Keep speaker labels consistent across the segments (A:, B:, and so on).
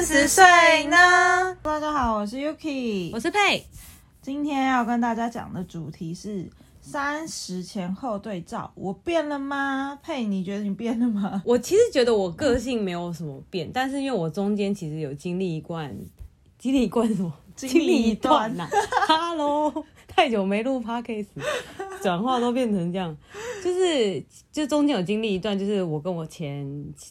A: 岁呢？大家好，我是 Yuki，
B: 我是佩，
A: 今天要跟大家讲的主题是三十前后对照，我变了吗？佩，你觉得你变了吗？
B: 我其实觉得我个性没有什么变，但是因为我中间其实有经历一段，经历一段什么？
A: 经历一段啊
B: 呐、哈喽， 太久没录 podcast，转化都变成这样，就是就中间有经历一段，就是我跟我前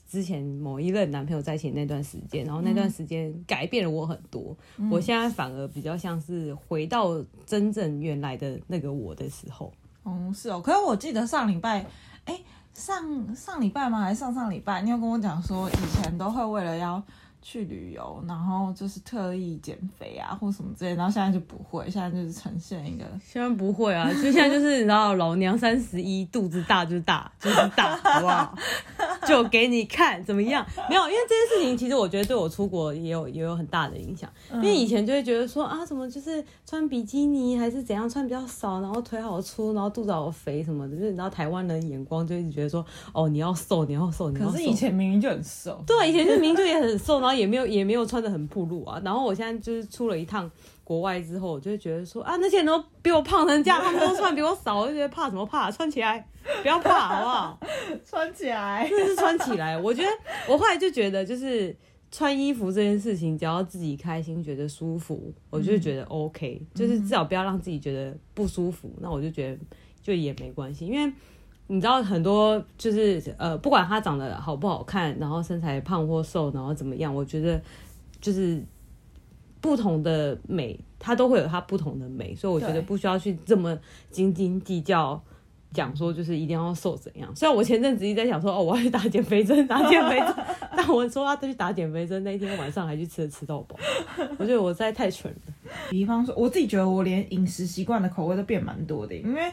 B: 之前某一任男朋友在一起的那段时间，然后那段
A: 嗯
B: 时间改变了我很多，我现在反而比较像是回到真正原来的那个我的时候。
A: 嗯，是哦。可是我记得上礼拜，哎、上上礼拜吗？还是上上礼拜？你有跟我讲说，以前都会为了要去旅游，然后就是特意减肥啊，或什么之类的，然后现在就不会，现在就是呈现一个
B: 现在不会啊，就现在就是你知道，老娘三十一，肚子大就是大，就是 大，好不好？就给你看怎么样？没有，因为这件事情其实我觉得对我出国也有也有很大的影响，
A: 嗯
B: 因为以前就会觉得说啊，什么就是穿比基尼还是怎样穿比较少，然后腿好粗，然后肚子好肥什么的，就是你知道台湾人眼光就一直觉得说哦，你要瘦，你要瘦，你要瘦。
A: 可是以前明明就很瘦，
B: 对，以前就明就也很瘦，然后也没有也没有穿的很暴露啊。然后我现在就是出了一趟国外之后，我就会觉得说啊，那些人都比我胖成这样，他们都穿比我少，我就觉得怕什么怕，穿起来不要怕，好不好？
A: 穿起来
B: 真的是穿起来。我觉得我后来就觉得，就是穿衣服这件事情，只要自己开心、觉得舒服，我就觉得 OK，、就是至少不要让自己觉得不舒服。那我就觉得就也没关系，因为。你知道很多就是呃，不管他长得好不好看，然后身材胖或瘦，然后怎么样，我觉得就是不同的美，它都会有它不同的美，所以我觉
A: 对
B: 得不需要去这么斤斤计较，讲说就是一定要瘦怎样。虽然我前阵子一直在想说哦，我要去打减肥针，打减肥针，但我说要去打减肥针那一天晚上还去吃了吃到饱，我觉得我实在太蠢了。
A: 比方说，我自己觉得我连饮食习惯的口味都变蛮多的，因为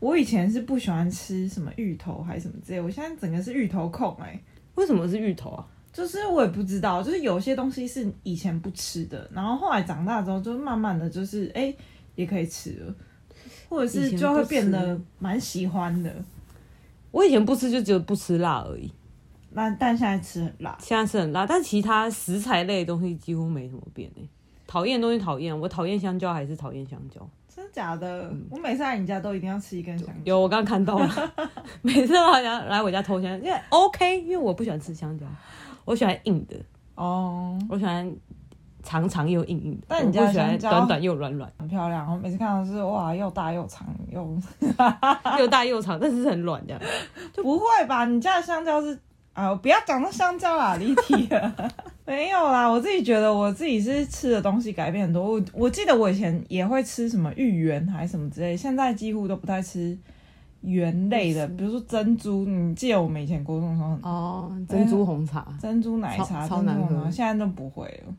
A: 我以前是不喜欢吃什么芋头还是什么之类，我现在整个是芋头控哎、
B: 为什么是芋头啊？
A: 就是我也不知道，就是有些东西是以前不吃的，然后后来长大之后，就慢慢的就是哎、也可以吃了，或者
B: 以
A: 是
B: 前
A: 就会
B: 不吃
A: 变得蛮喜欢的，
B: 我以前不吃就只有不吃辣而已。
A: 那但现在吃很辣，
B: 现在是很辣，但其他食材类的东西几乎没什么变诶、讨厌的东西讨厌，我讨厌香蕉还是讨厌香蕉。
A: 真的假的？我每次来你家都一定要吃一根香蕉，
B: 有，我刚刚看到了， 每次好像来我家偷香蕉，因为 OK，因为我不喜欢吃香蕉，我喜欢硬的，
A: 哦，
B: 我喜欢长长又硬硬的，
A: 但
B: 我
A: 你家
B: 不喜欢
A: 香蕉
B: 短短又软软，
A: 很漂亮，我每次看到是哇，又大又长又。
B: 又大又长，但是很 软这样。
A: 不会吧？你家的香蕉是啊，不要讲到香蕉啦，离题了。 没有啦，我自己觉得我自己是吃的东西改变很多。我我记得我以前也会吃什么芋圆还是什么之类，现在几乎都不太吃圆类的，比如说珍珠。你记得我们以前高中的时候，
B: 哦，
A: 珍
B: 珍
A: 珠
B: 珠红茶。
A: 珍珠奶茶、珍
B: 超超难
A: 珠红茶，
B: 喝
A: 现在都不会了。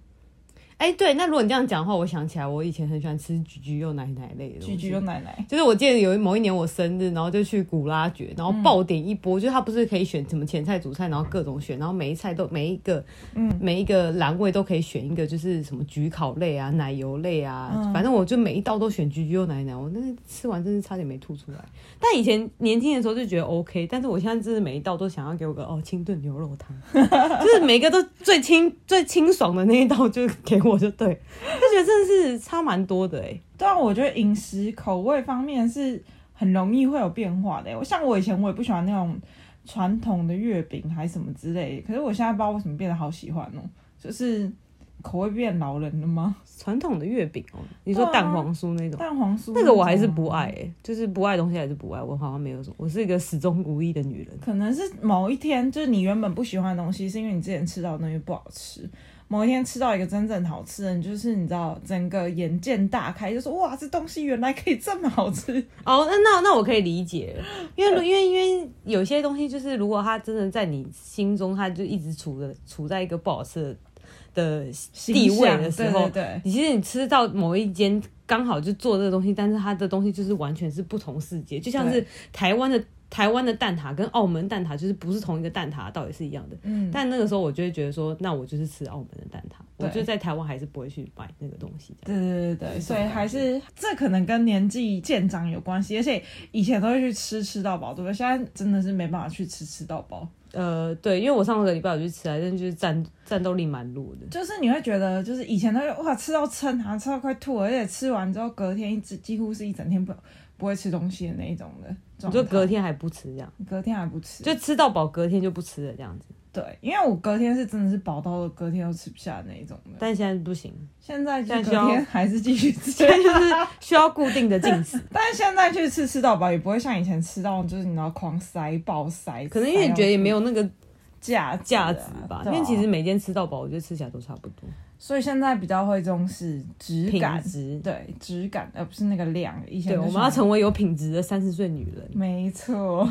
B: 哎、对，那如果你这样讲的话，我想起来，我以前很喜欢吃橘橘柚奶奶类的东西。
A: 居居又奶奶，
B: 就是我记得有一某一年我生日，然后就去古拉爵，然后
A: 嗯
B: 爆点一波，就是他不是可以选什么前菜、主菜，然后各种选，然后每一菜都每一个，
A: 嗯
B: 每一个栏位都可以选一个，就是什么焗烤类啊、奶油类啊，
A: 嗯
B: 反正我就每一道都选焗焗又奶奶，我那个吃完真是差点没吐出来。但以前年轻的时候就觉得 OK，但是我现在真的每一道都想要给我个哦清炖牛肉汤， 就是每个都最清最清爽的那一道就给我就对，就觉得真的是差蛮多的哎、
A: 对啊，我觉得饮食口味方面是很容易会有变化的欸。我像我以前我也不喜欢那种传统的月饼还什么之类的，可是我现在不知道为什么变得好喜欢哦，就是口味变老人了吗？
B: 传统的月饼哦，你说
A: 对啊
B: 蛋黄酥那种，
A: 蛋黄酥
B: 那个我还是
A: 种啊
B: 不爱、欸，就是不爱的东西还是不爱，我好像没有什么，我是一个始终如一的女人。
A: 可能是某一天，就是你原本不喜欢的东西，是因为你之前吃到的东西不好吃。某一天吃到一个真正好吃的，你就是你知道，整个眼界大开，就说哇，这东西原来可以这么好吃。
B: 哦，那那那我可以理解了，因为如因为因为有些东西就是，如果它真的在你心中，它就一直处的处在一个不好吃的的地位的时候，
A: 对对对，
B: 你其实你吃到某一间刚好就做这个东西，但是它的东西就是完全是不同世界，就像是台湾的台湾的蛋挞跟澳门蛋挞就是不是同一个蛋挞，到底是一样的。
A: 嗯，
B: 但那个时候我就会觉得说，那我就是吃澳门的蛋挞，我
A: 对
B: 就在台湾还是不会去买那个东西。这样
A: 对对对对，所以还是这可能跟年纪渐长有关系，而且以前都会去吃吃到饱，对不对？现在真的是没办法去吃吃到饱，
B: 呃，对，因为我上个礼拜我去吃啊，但就是战战斗力蛮弱的。
A: 就是你会觉得，就是以前都会哇吃到撑啊，吃到快吐了，而且吃完之后隔天一直几乎是一整天不不会吃东西的那一种的
B: 你
A: 状态，
B: 就隔天还不吃这样，
A: 隔天还不吃，
B: 就吃到饱，隔天就不吃了这样子。
A: 对，因为我隔天是真的是饱到了隔天都吃不下的那一种的，
B: 但现在不行，
A: 现在就
B: 但
A: 隔
B: 需要
A: 天还是继续吃
B: 现。在就是需要固定的进 食。
A: 但是现在去吃吃到饱，也不会像以前吃到就是你知道狂塞爆塞，
B: 可能因为你觉得也没有那个
A: 价
B: 价值
A: 值
B: 吧，
A: 啊
B: 因
A: 对啊
B: 为其实每天吃到饱，我觉得吃起来都差不多，
A: 所以现在比较会重视质
B: 品
A: 感，
B: 质。
A: 对质感，而不是那个量。以前
B: 对，我
A: 就是
B: 们要成为有品质的三十岁女人，
A: 没错，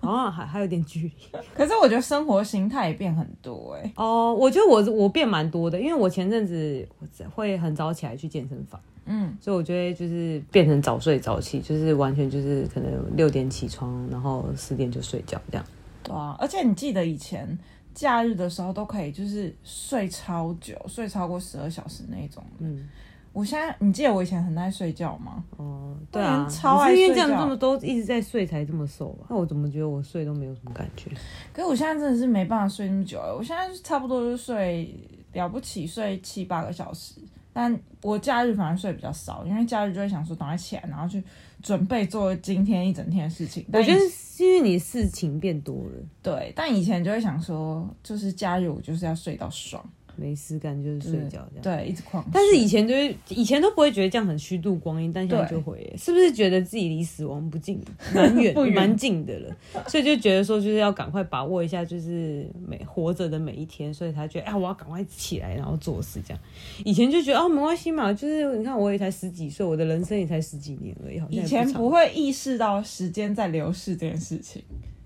B: 好像还还有点距离。
A: 可是我觉得生活形态也变很多哎、
B: 哦，我觉得我我变蛮多的，因为我前阵子我会很早起来去健身房，
A: 嗯，
B: 所以我就会就是变成早睡早起，就是完全就是可能六点起床，然后四点就睡觉这样。
A: 对啊，而且你记得以前假日的时候都可以就是睡超久，睡超过十二小时那一种。
B: 嗯，
A: 我现在你记得我以前很爱睡觉吗？
B: 哦，对啊，
A: 我以前超爱
B: 你是因为
A: 睡
B: 这样
A: 觉
B: 这么都一直在睡才这么瘦啊？那我怎么觉得我睡都没有什么感觉？
A: 可是我现在真的是没办法睡那么久、欸，我现在差不多就睡了不起睡七八个小时，但我假日反而睡比较少，因为假日就会想说赶快起来，然后去准备做今天一整天的事情。
B: 我
A: 但
B: 觉得
A: 以
B: 是因为你事情变多了，
A: 对，但以前就会想说，就是假日我就是要睡到爽，
B: 没事干就是睡觉这样。
A: 对，一直狂睡。
B: 但是以前就是以前都不会觉得这样很虚度光阴，但现在
A: 对
B: 就会耶，是不是觉得自己离死亡不近，蛮 远
A: 不远
B: 蛮近的了，所以就觉得说就是要赶快把握一下，就是每活着的每一天，所以才觉得哎、我要赶快起来，然后做事这样。以前就觉得哦，没关系嘛，就是你看我也才十几岁，我的人生也才十几年而已，好像也
A: 以前
B: 长
A: 不会意识到时间在流逝这件事情，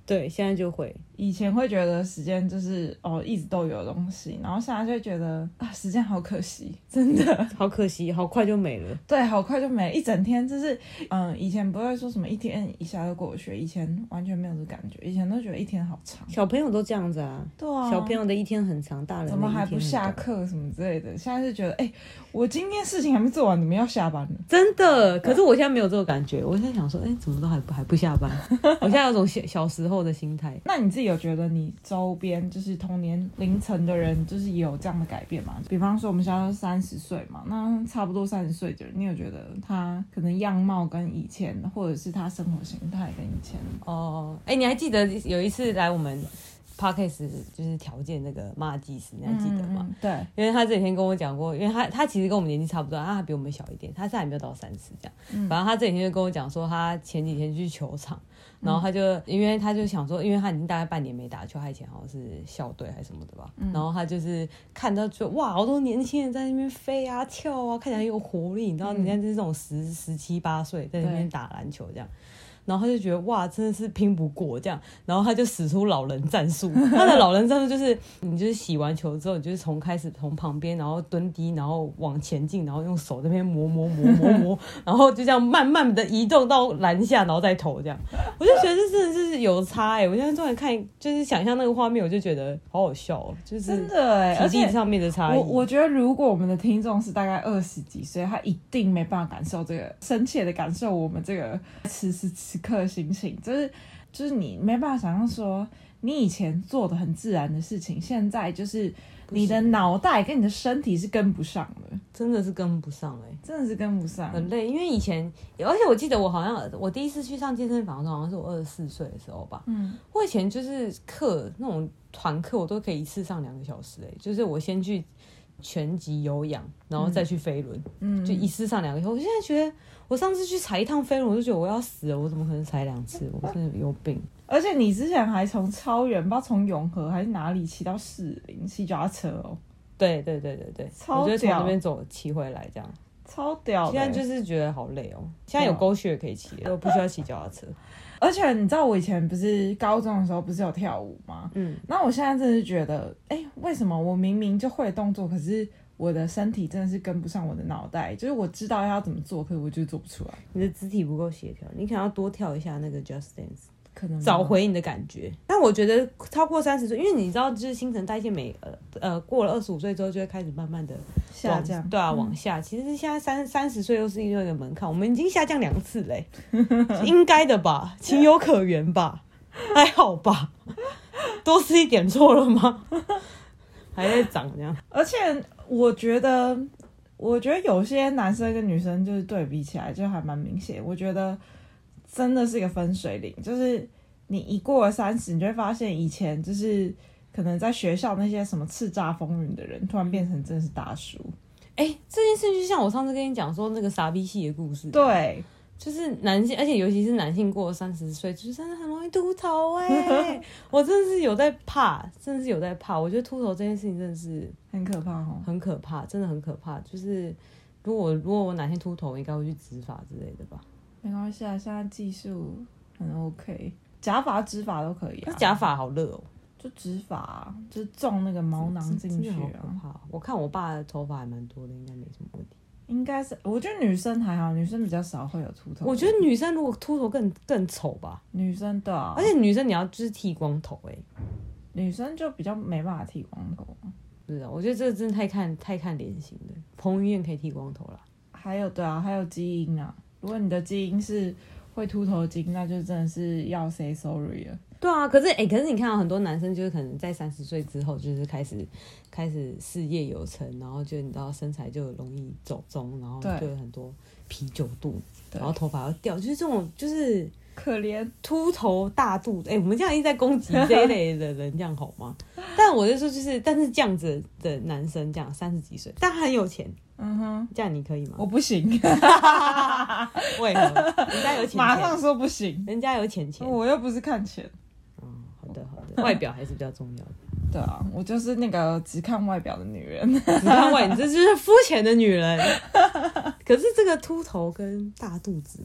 B: 对，现在就会。
A: 以前会觉得时间就是哦一直都有的东西，然后现在就会觉得啊时间好可惜，真的。
B: 好可惜，好快就没了。
A: 对，好快就没了一整天，就是嗯，以前不会说什么一天一下就过去，以前完全没有这感觉，以前都觉得一天好长。
B: 小朋友都这样子啊，
A: 对啊，
B: 小朋友的一天很长，大人的
A: 怎么还
B: 一天
A: 不
B: 很
A: 下
B: 短
A: 课什么之类的？现在是觉得，哎、我今天事情还没做完，你们要下班了。
B: 真的，可是我现在没有这个感觉。我现在想说，哎、怎么都还不还不下班？ 我现在有种小小时候的心态。
A: 那你自己有觉得你周边就是同年龄层的人，就是也有这样的改变吗？比方说我们现在都三十岁嘛，那差不多三十岁的人，你有觉得他可能样貌跟以前，或者是他生活形态跟以前
B: 哦，哎、你还记得有一次来我们 podcast 就是条件那个马尔济斯，你还记得吗？
A: 嗯？嗯对，
B: 因为他这几天跟我讲过，因为他他其实跟我们年纪差不多，他还比我们小一点，他现在还没有到三十这样。
A: 嗯
B: 反正他这几天就跟我讲说，他前几天去球场，然后他就、因为他就想说，因为他已经大概半年没打球，他以前好像是校队还是什么的吧，然后他就是看到就哇，好多年轻人在那边飞啊跳啊，看起来很有活力，你知道，人家就是这种十十七八岁在那边
A: 对
B: 打篮球这样。然后他就觉得哇，真的是拼不过这样，然后他就使出老人战术。他的老人战术就是，你就是洗完球之后，你就是从开始从旁边，然后蹲低，然后往前进，然后用手这边磨磨磨磨 磨，然后就这样慢慢的移动到篮下，然后再投这样。我就觉得这真的是有差哎、我现在突然看，就是想象那个画面，我就觉得好好笑哦、就是
A: 真的哎、而
B: 体
A: 且
B: 力上面的差异。
A: 我我觉得，如果我们的听众是大概二十几岁，他一定没办法感受这个深切的感受我们这个此时此刻的心情，就是就是你没办法想象说，你以前做的很自然的事情，现在就是你的脑袋跟你的身体是跟不上的，
B: 真的是跟不上哎、
A: 真的是跟不上。
B: 很累，因为以前，而且我记得我好像我第一次去上健身房的时候，好像是我二十四岁的时候吧。
A: 嗯，
B: 我以前就是课那种团课，我都可以一次上两个小时、欸，就是我先去拳击、有氧，然后再去飞轮，
A: 嗯
B: 就一次上两个小时。我现在觉得，我上次去踩一趟飞轮，我就觉得我要死了，我怎么可能踩两次？我真的有病。
A: 而且你之前还从超远，不知道从永和还是哪里骑到士林，骑脚踏车哦，
B: 对对对对对，
A: 超
B: 我就从
A: 屌
B: 那边走骑回来这样。
A: 超屌的
B: 现
A: 欸、啊
B: 在就是觉得好累哦、现在有沟穴可以骑了，我不需要骑脚踏车。
A: 而且你知道我以前不是高中的时候不是有跳舞吗？
B: 嗯，
A: 那我现在真的是觉得，哎、为什么我明明就会动作，可是我的身体真的是跟不上我的脑袋？就是我知道要怎么做，可是我就做不出来。
B: 你的肢体不够协调，你可能要多跳一下那个 Just Dance。
A: 可能吧
B: 找回你的感觉。但我觉得超过三十岁，因为你知道，就是新陈代谢每呃呃过了二十五岁之后，就会开始慢慢的
A: 下降，
B: 对啊，往下。其实现在三三十岁又是另外一个门槛，我们已经下降两次嘞、 应该的吧，情有可原吧， 还好吧， 多吃一点错了吗？ 还在长这样，
A: 而且我觉得，我觉得有些男生跟女生就是对比起来就还蛮明显。我觉得真的是一个分水岭，就是你一过了三十，你就会发现以前就是可能在学校那些什么叱咤风云的人，突然变成真的是大叔。
B: 哎、这件事就像我上次跟你讲说那个傻逼戏的故事，
A: 对，
B: 就是男性，而且尤其是男性过三十岁，就是真的很容易秃头哎、 我真的是有在怕，真的是有在怕。我觉得秃头这件事情真的是
A: 很可怕哦。
B: 很可怕，真的很可怕。就是如果如果我哪天秃头，我应该会去植发之类的吧？
A: 没关系啊，现在技术很 OK，假发、植发都可以
B: 那
A: 啊。
B: 假发好热哦、
A: 就植发、啊，就种那个毛囊进去
B: 真的好可
A: 啊。
B: 怕哦、我看我爸的头发还蛮多的，应该没什么问题。
A: 应该是，我觉得女生还好，女生比较少会有秃头。
B: 我觉得女生如果秃头更更丑吧，
A: 女生的、啊，
B: 而且女生你要就是剃光头哎、
A: 女生就比较没办法剃光头。
B: 不知道，我觉得这个真的太看太看脸型的。彭于晏可以剃光头啦。
A: 还有对啊，还有基因啊。如果你的基因是会秃头基因，那就真的是要 say sorry 了。
B: 对啊，可是哎、欸可是你看到很多男生就是可能在三十岁之后，就是开始开始事业有成，然后就你知道身材就容易走中，然后
A: 对
B: 就有很多啤酒肚，
A: 对
B: 然后头发要掉，就是这种就是
A: 可怜，
B: 秃头大肚子。哎、我们这样一直在攻击这一类的人，这样 好吗？但我就说就是，但是这样子的男生这样三十几岁，但他很有钱，
A: 嗯哼，
B: 这样你可以吗？
A: 我不 行，
B: 为何？人家有钱
A: 马上哦
B: 钱，
A: 说不 行，
B: 人家有钱钱。
A: 我又不是看钱。
B: 嗯，好的好的，外表还是比较重要的。
A: 对啊，我就是那个只看外表的女人。
B: 你看我，你这就是肤浅的女人。可是这个秃头跟大肚子，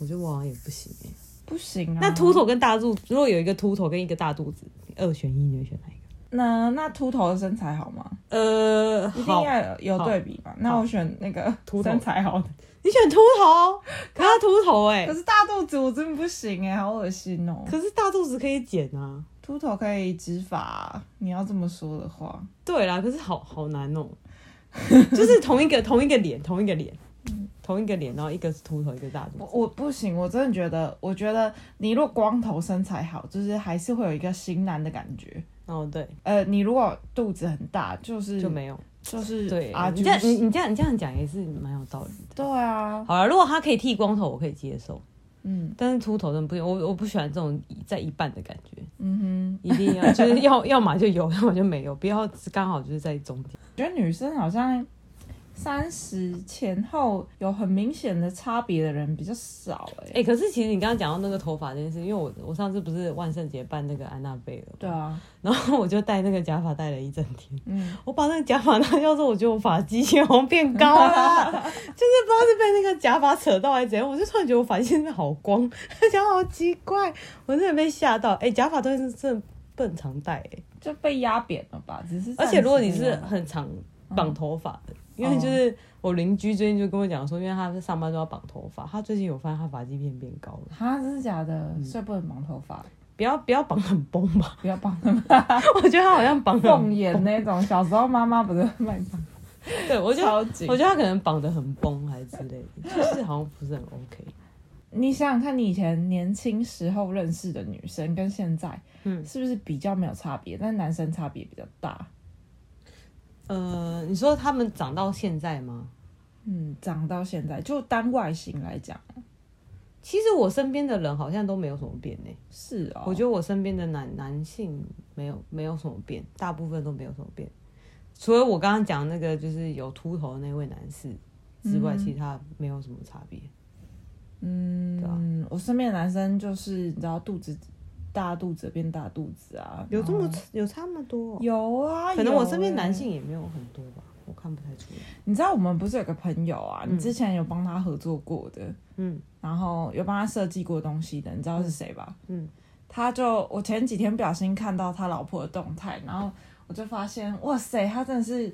B: 我觉得我好像也不行哎、
A: 不行啊，
B: 那秃头跟大肚，如果有一个秃头跟一个大肚子，你二选一，你会选哪一个？
A: 那那秃头的身材好吗？
B: 呃，
A: 一定
B: 好，
A: 要有有对比嘛。那我选那个
B: 秃头
A: 身材好的，
B: 你选秃头，可他秃头哎、
A: 可是大肚子我真的不行哎、好恶心哦、
B: 可是大肚子可以剪啊。
A: 秃头可以植发啊、你要这么说的话，
B: 对啦，可是好好难 哦、就是同一个同一个脸，同一个脸，
A: 嗯
B: 同一个脸，然后一个是秃头，一个大肚
A: 我
B: 子。
A: 我不行，我真的觉得，我觉得你如果光头身材好，就是还是会有一个型男的感觉。
B: 哦，对，
A: 呃，你如果肚子很大，就是
B: 就没有。
A: 就是
B: 对
A: 啊，，
B: 你
A: 就
B: 这样
A: 是
B: 你你这样你这样讲也是蛮有道理的。
A: 对啊，
B: 好了，如果他可以剃光头，我可以接受，
A: 嗯
B: 但是秃头真的不行，我我不喜欢这种在一半的感觉，
A: 嗯哼，
B: 一定要 就是要要么就有，要么就没有，不要刚好就是在中间。
A: 觉得女生好像三十前后有很明显的差别的人比较少哎、
B: 哎、可是其实你刚刚讲到那个头发这件事，因为我我上次不是万圣节扮那个安娜贝尔，
A: 对啊，
B: 然后我就戴那个假发戴了一整天，
A: 嗯，
B: 我把那个假发拿掉之后，我觉得我发际线好像变高了，就是不知道是被那个假发扯到还是怎样，我就突然觉得我发际线真的好光， 假发好奇怪，我真的被吓到。哎、假发都是真的不很常戴、哎。
A: 就被压扁了吧？只是
B: 而且如果你是
A: 暂时
B: 很长绑头发的，因为就是我邻居最近就跟我讲说，因为他上班都要绑头发，他最近有发现他发际线变高了，
A: 哈，真的假的？
B: 嗯
A: 所以不能绑头 发，
B: 不要不要绑很崩吧，
A: 不要绑那么
B: 我觉得他好像绑
A: 凤
B: 很，
A: 眼那种。小时候妈妈不是会卖绑，
B: 对 我觉得
A: 超紧
B: 我觉得他可能绑得很崩还是之类的，就是好像不是很 OK。
A: 你想想看，你以前年轻时候认识的女生跟现在，
B: 嗯
A: 是不是比较没有差别？但男生差别比较大。
B: 呃，你说他们长到现在吗？
A: 嗯，长到现在，就单外形来讲，
B: 其实我身边的人好像都没有什么变呢、
A: 是哦。
B: 我觉得我身边的男男性没有没有什么变，大部分都没有什么变，除了我刚刚讲那个就是有秃头的那位男士之外，
A: 嗯
B: 其他没有什么差别。对啊
A: 嗯，我身边的男生就是你知道，肚子大肚子变大肚子啊，
B: 有这
A: 然
B: 么
A: 后
B: 有差那么多、
A: 有啊？
B: 可能我身边
A: 有欸
B: 男性也没有很多吧，我看不太出 来。
A: 你知道我们不是有个朋友啊？
B: 嗯
A: 你之前有帮他合作过的，
B: 嗯
A: 然后有帮他设计过东西的，你知道是谁吧？
B: 嗯，
A: 他就我前几天不小心看到他老婆的动态，然后我就发现，哇塞，他真的是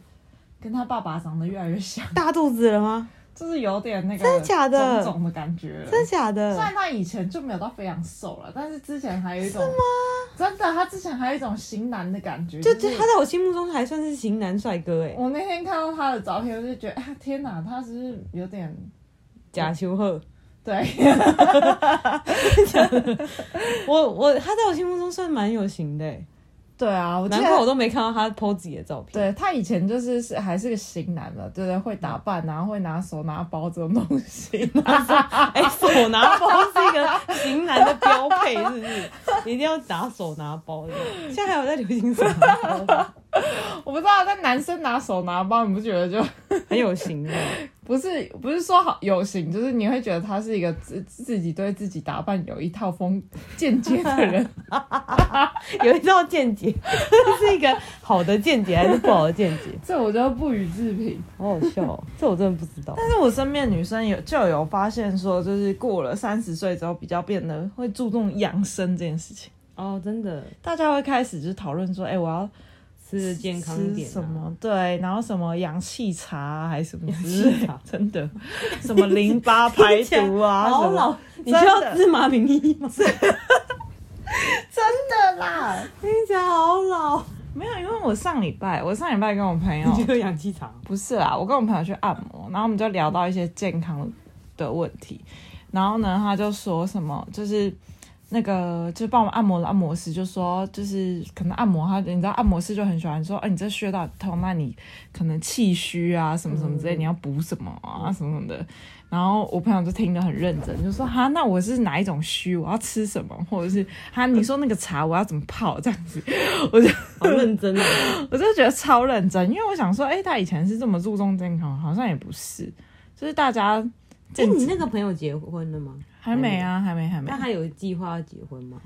A: 跟他爸爸长得越来越像。
B: 大肚子了吗？
A: 就是有点那个
B: 真的假的
A: 肿肿的感觉了。
B: 真的假
A: 虽
B: 的？
A: 然他以前就没有到非常瘦了，但是之前还有一种真的，他之前还有一种型男的感觉。
B: 就
A: 就
B: 就是他在我心目中还算是型男帅哥哎，
A: 我那天看到他的照片，我就觉得啊，天哪，他只是有点
B: 贾秋鹤，
A: 对，
B: 我我他在我心目中算蛮有型的欸，
A: 对啊，我记
B: 难怪我
A: 得。
B: 都没看到他 PO 自己的照片。
A: 对他以前就是是还是个型男了，对不对？会打扮啊，然后会拿手拿包这种东西，啊
B: 哎、手拿包是一个型男的标配，是不是？一定要打手拿包的。现在还有在流行手拿包，
A: 我不知道。但男生拿手拿包，你不觉得就
B: 很有型的。
A: 不是不是说好有型，就是你会觉得他是一个自自己对自己打扮有一套风见解的人。
B: 有一道见解，这是一个好的见解还是不好的见解？
A: 这我就不予置评。
B: 好好笑、哦，这我真的不知道。
A: 但是我身边女生有就有发现说，就是过了三十岁之后，比较变得会注重养生这件事情。
B: 哦，真的
A: 大家会开始就是讨论说，哎、我要
B: 吃的健康一点、
A: 吃
B: 啊，
A: 什么？对，然后什么氧气茶、啊、还是什么之
B: 气
A: 类
B: 茶，
A: 真的，什么淋巴 排毒啊，
B: 好
A: 什么
B: 老，你需
A: 真
B: 要
A: 的
B: 自麻名医吗？
A: 真的啦，
B: 听起来好老。
A: 没有，因为我上礼拜，我上礼拜跟我朋友
B: 你就有氧气场，
A: 不是啦，我跟我朋友去按摩，然后我们就聊到一些健康的问题，然后呢，他就说什么，就是那个就帮我们按摩的按摩师就说，就是可能按摩他，你知道按摩师就很喜欢说，哎、你这穴道很痛，那你可能气虚啊，什么什么之类，你要补什么啊，什么什么的。然后我朋友就听得很认真，就说哈，那我是哪一种虚，我要吃什么，或者是哈，你说那个茶我要怎么泡这样子，我就
B: 好认真啊！
A: 我就觉得超认真，因为我想说，哎、他以前是这么注重健康，好像也不是，就是大家
B: 哎、
A: 健
B: 你那个朋友结婚了吗？
A: 还没啊，还没，还没
B: 那，他有计划要结婚吗？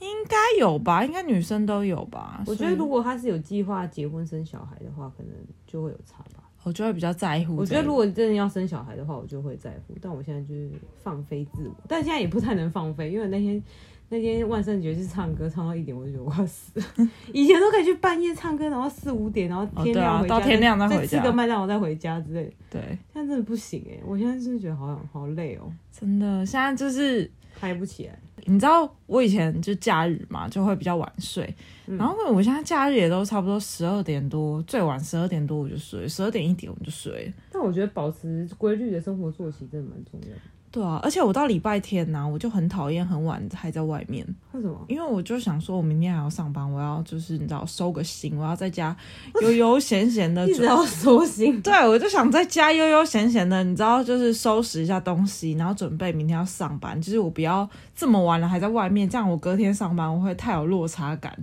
A: 应该有吧，应该女生都有吧。
B: 我觉
A: 所以
B: 得如果他是有计划结婚生小孩的话，可能就会有差吧。
A: 我就会比较在乎这个。
B: 我觉得如果真的要生小孩的话，我就会在乎。但我现在就是放飞自我，但现在也不太能放飞，因为那天那天万圣节去唱歌，唱到一点我就觉得我要 死了。以前都可以去半夜唱歌，然后四五点，然后天亮
A: 哦
B: 回
A: 对啊
B: 家，
A: 到天亮再回家
B: 吃个麦当劳再回家之类的。
A: 对，
B: 现在真的不行哎、我现在真的觉得好想好累哦、
A: 真的现在就是
B: 嗨不起来。
A: 你知道，我以前就假日嘛，就会比较晚睡，
B: 嗯
A: 然后我现在假日也都差不多十二点多，最晚十二点多我就睡，十二点一点我就睡了。
B: 但我觉得保持规律的生活作息真的蛮重要的。
A: 对啊，而且我到礼拜天呐、我就很讨厌很晚还在外面。
B: 为什么？
A: 因为我就想说，我明天还要上班，我要就是你知道收个心，我要在家悠悠闲闲的
B: 一直
A: 准。
B: 要收心。
A: 对，我就想在家悠悠闲闲的，你知道，就是收拾一下东西，然后准备明天要上班。就是我不要这么晚了还在外面，这样我隔天上班我会太有落差感。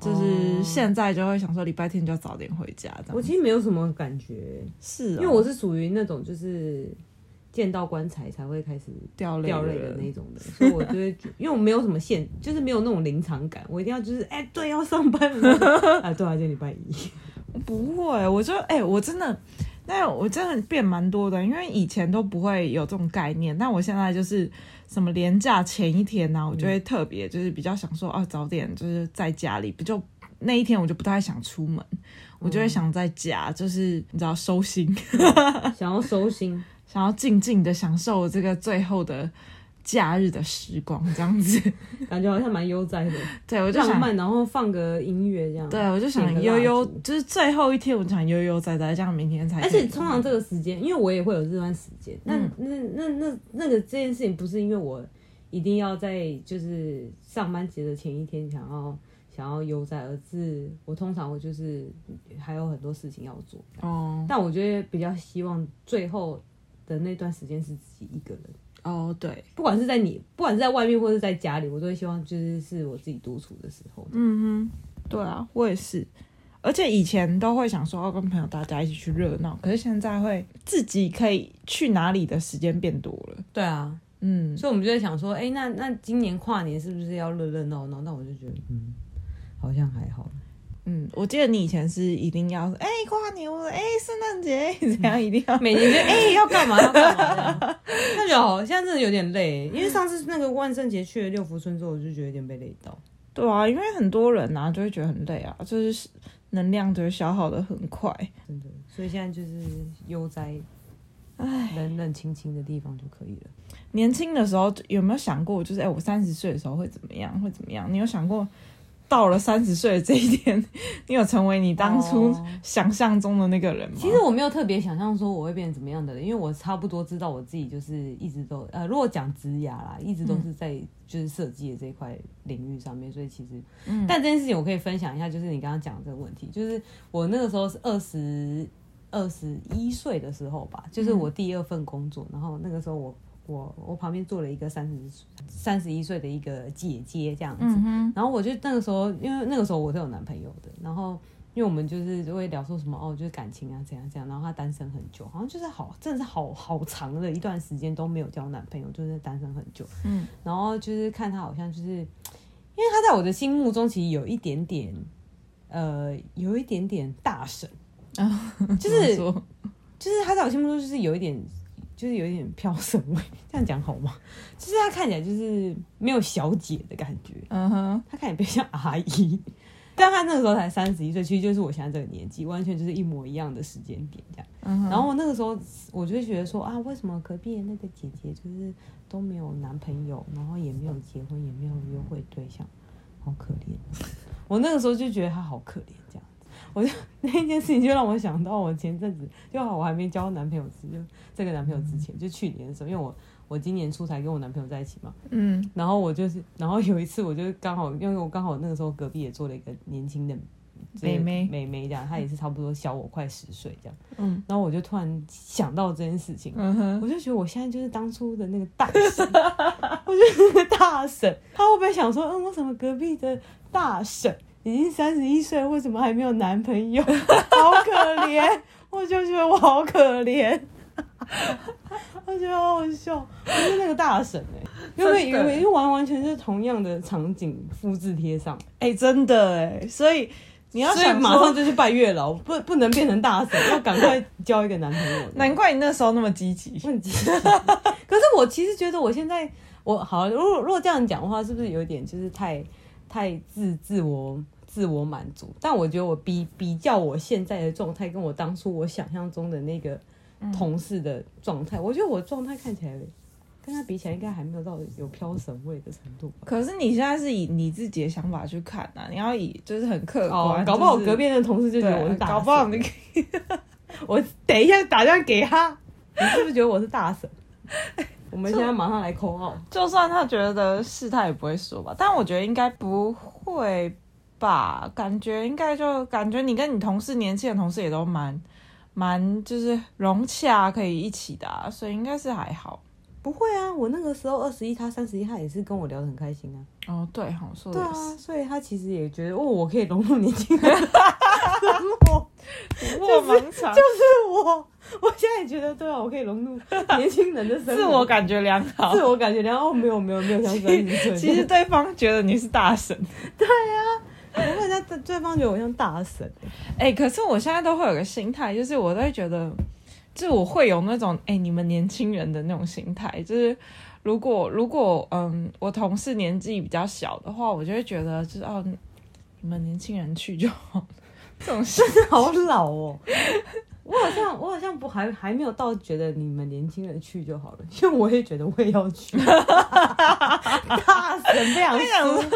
A: 就是
B: 哦
A: 现在就会想说，礼拜天就要早点回家，这
B: 我
A: 样
B: 其实没有什么感觉，
A: 是、哦，
B: 因为我是属于那种就是见到棺材才会开始
A: 掉泪
B: 掉泪
A: 了
B: 的那种的，所以我就会觉，因为我没有什么现，就是没有那种临场感，我一定要就是哎、对，要上班了， 啊，对啊，今天礼拜一，
A: 不会，我就哎、我真的，那我真的变蛮多的，因为以前都不会有这种概念，但我现在就是什么连假前一天呢、啊我就会特别就是比较想说，
B: 嗯
A: 哦、早点就是在家里，不就那一天我就不太想出门，
B: 嗯
A: 我就会想在家，就是你知道收心，
B: 想要收心，
A: 想要静静的享受这个最后的假日的时光，这样 子。
B: 感觉好像蛮悠哉的，
A: 对，我就
B: 浪
A: 想
B: 漫，然后放个音乐这样，
A: 对，我就想
B: 点个
A: 悠悠
B: 蜡烛，
A: 就是最后一天，我想悠悠哉哉，这样明天才可
B: 而
A: 以。
B: 且通常这个时间，因为我也会有这段时间，那、那那那那个这件事情不是因为我一定要在就是上班节的前一天想要想要悠哉，而是我通常我就是还有很多事情要做，
A: 哦
B: 但我觉得比较希望最后的那段时间是自己一个人，
A: 哦，对，
B: 不管是在你不管是在外面或是在家里，我都会希望就是是我自己独处的时候。
A: 嗯哼，对啊，我也是。而且以前都会想说要跟朋友大家一起去热闹，可是现在会自己可以去哪里的时间变多了。
B: 对啊，
A: 嗯，
B: 所以我们就在想说，哎、那那今年跨年是不是要热热闹闹？但我就觉得，嗯，好像还好。
A: 嗯，我记得你以前是一定要哎、跨年，我哎圣诞节怎样一定要。
B: 每年就哎、要干嘛要干嘛这样，那就好。现在真的有点累，因为上次那个万圣节去了六福村之后，我就觉得有点被累到。
A: 对啊，因为很多人啊就会觉得很累啊，就是能量就会消耗的很快。
B: 所以现在就是悠哉，冷冷清清的地方就可以了。
A: 年轻的时候有没有想过，就是哎、我三十岁的时候会怎么样，会怎么样？你有想过，到了三十岁的这一天， 你有成为你当初
B: 哦
A: 想象中的那个人吗？
B: 其实我没有特别想象说我会变成怎么样的人，因为我差不多知道我自己就是一直都呃，如果讲职涯啦，一直都是在就是设计的这一块领域上面，所以其实，
A: 嗯
B: 但这件事情我可以分享一下，就是你刚刚讲的这个问题，就是我那个时候是二十二十一岁的时候吧，就是我第二份工作，然后那个时候我我我旁边坐了一个三十三十一岁的一个姐姐这样子，
A: 嗯哼，
B: 然后我就那个时候，因为那个时候我是有男朋友的，然后因为我们就是就会聊说什么哦，就是感情啊怎样怎样，然后他单身很久，好像就是好真的是好好长的一段时间都没有交男朋友，就是单身很久。
A: 嗯，
B: 然后就是看他好像就是，因为他在我的心目中其实有一点点，呃，有一点点大神，就是
A: 嗯怎么说
B: 就是他在我心目中就是有一点，就是有一点飘神味， 这样讲好吗？就是他看起来就是没有小姐的感觉，
A: 嗯哼，
B: 她看起来比较像阿姨， 但她那个时候才三十一岁，其实就是我现在这个年纪，完全就是一模一样的时间点这样。
A: 嗯哼，
B: 然后我那个时候我就会觉得说啊，为什么隔壁的那个姐姐就是都没有男朋友，然后也没有结婚，也没有约会对象，好可怜。我那个时候就觉得她好可怜这样子。我就那一件事情就让我想到我前阵子，就好我还没交男朋友之，就这个男朋友之前，就去年的时候，因为我我今年初才跟我男朋友在一起嘛，
A: 嗯
B: 然后我就是，然后有一次我就刚好，因为我刚好那个时候隔壁也坐了一个年轻的
A: 妹妹
B: 妹妹这样，她也是差不多小我快十岁这样。
A: 嗯
B: 然后我就突然想到这件事情，
A: 嗯哼，
B: 我就觉得我现在就是当初的那个大婶，我就是那个大婶，她会不会想说，嗯，为什么隔壁的大婶已经三十一岁，为什么还没有男朋友？ 好可怜，我就觉得我好可怜。我觉得好好笑，我是那个大婶哎、因为因
A: 真的
B: 为因为完完全是同样的场景复制贴上，
A: 哎、真的哎、所以你要
B: 所以
A: 想
B: 马上
A: 说，
B: 就去拜月老，不不能变成大婶，要赶快交一个男朋友。
A: 难怪你那时候那么积极。
B: 问题。 可是我其实觉得我现在我好，如果如果这样讲的话，是不是有点就是太太自自我自我满足？但我觉得我比比较我现在的状态，跟我当初我想象中的那个同事的状态，我觉得我状态看起来跟他比起来，应该还没有到有飘神味的程度吧。
A: 可是你现在是以你自己的想法去看啊，你要以就是很客观，
B: 哦，搞不好
A: 就是
B: 隔壁的同事就觉
A: 对
B: 得我是大神，
A: 搞不好你
B: 我等一下打电话给他，你是不是觉得我是大神？我们现在马上来扣号。
A: 就算他觉得是，他也不会说吧。但我觉得应该不会吧，感觉应该就感觉你跟你同事年轻的同事也都蛮蛮就是融洽，可以一起的、啊，所以应该是还好。
B: 不会啊，我那个时候二十一，他三十一，他也是跟我聊得很开心啊。
A: 哦，对哈，说的
B: 对
A: 也
B: 啊
A: 是，，
B: 所以他其实也觉得哦，我可以融入年 轻人，
A: 我盲肠，就
B: 就是我，我现在也觉得对啊，我可以融入年轻人的生活，
A: 自我感觉良好
B: 自。我感觉良好，然后没有没有没有像三十岁，
A: 其实对方觉得你是大神，
B: 不会，他对对方觉得我像大神，
A: 哎、可是我现在都会有个心态，就是我都会觉得，就是我会有那种哎、你们年轻人的那种心态，就是如果如果嗯，我同事年纪比较小的话，我就会觉得就是哦，你们年轻人去就好，这种事。
B: 好老哦。我好像我好像不还还没有到觉得你们年轻人去就好了，因为我也觉得我也要 去，大神不想
A: 想
B: 说，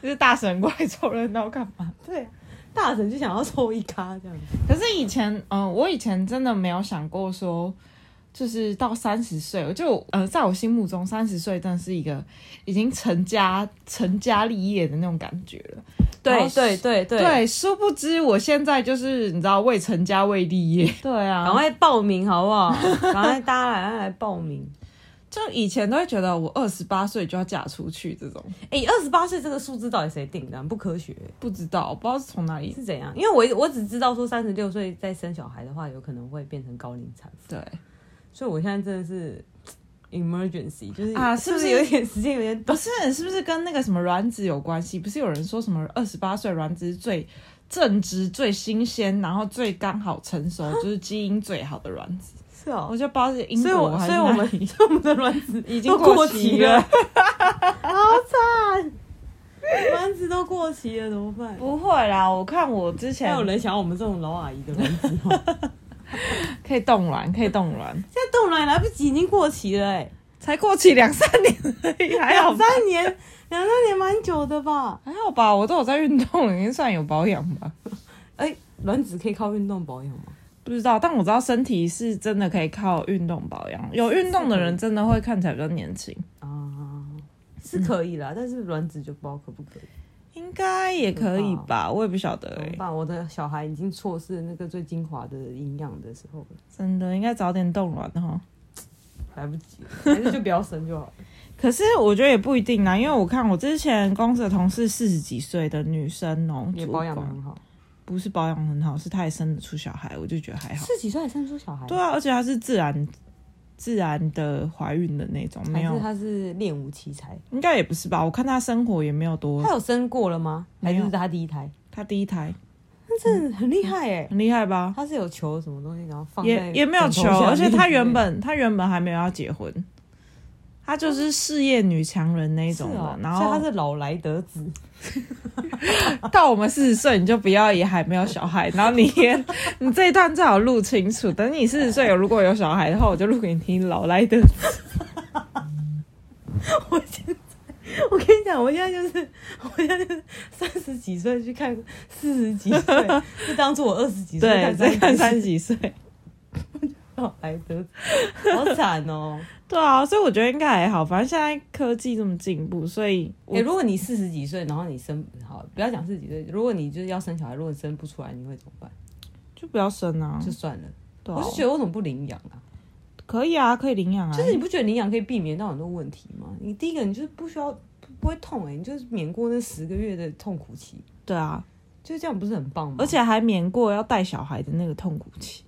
A: 就是大神过来 凑热闹干嘛？
B: 对，大神就想要抽一咖这样子。
A: 可是以前，嗯、我以前真的没有想过说，就是到三十岁，我就呃，在我心目中，三十岁真的是一个已经成家成家立业的那种感觉了。然后
B: 对对对对，
A: 对，殊不知我现在就是你知道未成家未立业。 对
B: 赶
A: 啊，
B: 快报名好不 好？赶快大家来来报名。
A: 就以前都会觉得我二十八岁就要嫁出去这种，
B: 哎、二十八岁这个数字到底谁定的啊？不科学欸、
A: 不知道不知道是从哪里。
B: 是怎样？因为我我只知道说三十六岁再生小孩的话，有可能会变成高龄产妇，
A: 对，
B: 所以我现在真的是 emergency，就是
A: 啊
B: 是
A: 是不是
B: 有一点时间有点短？
A: 不是是不是跟那个什么卵子有关系？不是有人说什么二十八岁卵子是最正值、最新鲜，然后最刚好成熟，就是基因最好的卵子。
B: 是哦
A: 我。就不知道是英
B: 所以我
A: 国还
B: 所
A: 是
B: 以我
A: 哪
B: 们
A: 里，
B: 所以我们的卵子
A: 已
B: 已
A: 经
B: 经
A: 过期
B: 期
A: 了
B: 了， 好惨，卵子都过期了怎么办？
A: 不会啦。我看我之
B: 还
A: 前
B: 有人想要我们这种老阿姨的卵子吗？
A: 可以冻卵，可以冻卵。
B: 现在冻了，也来不及，已经过期了哎、
A: 才过期两三年而 已，还好
B: 两
A: 吧？
B: 三年，两三年蛮久的吧？
A: 还好吧？我都有在运动，已经算有保养吧。
B: 哎、卵子可以靠运动保养吗？
A: 不知道，但我知道身体是真的可以靠运动保养。有运动的人真的会看起来比较年轻，
B: 啊，
A: 嗯
B: 是可以啦，但是卵子就不知道可不可以。
A: 应该也可以吧？我也不晓得哎、
B: 怎么办？我的小孩已经错失了那个最精华的营养的时候了，
A: 真的应该早点冻卵哦哈。
B: 来 不及了，还是就不要生就好了。
A: 可是我觉得也不一定啦，因为我看我之前公司的同事四十几岁的女生哦、
B: 也
A: 主
B: 保养的
A: 管
B: 很好，
A: 不是保养很好，是她也生得出小孩，我就觉得还好。
B: 四几岁还生出小孩？
A: 哎对啊，而且她是自然自然的怀孕的那种，没
B: 还是
A: 有，
B: 他是练武奇才？
A: 应该也不是吧？我看她生活也没有多
B: 他，有生过了吗？还
A: 没有嗯
B: 是他第一胎？
A: 她第一胎
B: 那真的很厉害哎、
A: 很厉害吧？
B: 他是有求什么东西，然后放在
A: 也也没有
B: 枕
A: 求
B: 头，下
A: 而且她
B: 面
A: 原 本她原本还没有要结婚，她就是事业女强人那一
B: 是
A: 种的。
B: 哦，
A: 然
B: 所以
A: 后
B: 他是老来得子，
A: 到我们四十岁，你就不要也还没有小孩，然后你也 你这一段最好录清楚。等你四十岁有如果有小孩的话，我就录给你听老来的。
B: 我现在， 我跟你讲，我现在就是， 我现在就是三十几岁去看四十几 岁，就当做我二十几岁
A: 对，
B: 看
A: 再看
B: 三
A: 三
B: 十
A: 十几岁。
B: 老来得，好惨 哦！
A: 对啊，所以我觉得应该还好，反正现在科技这么进步，所以
B: 哎、
A: 我
B: 如果你四十几岁，然后你生好，不要讲四十几岁，如果你就是要生小孩，如果你生不出来，你会怎么办？
A: 就不要生啊
B: 就。算了。
A: 对啊
B: 我是觉得为什么不领养啊？
A: 可以啊，可以领养啊。
B: 就是你不觉得领养可以避免到很多问题吗？你第一个，你就是不需要不不会痛哎、你就是免过那十个月的痛苦期，
A: 对啊，
B: 就是这样不是很棒吗？
A: 而且还免过要带小孩的那个痛苦期。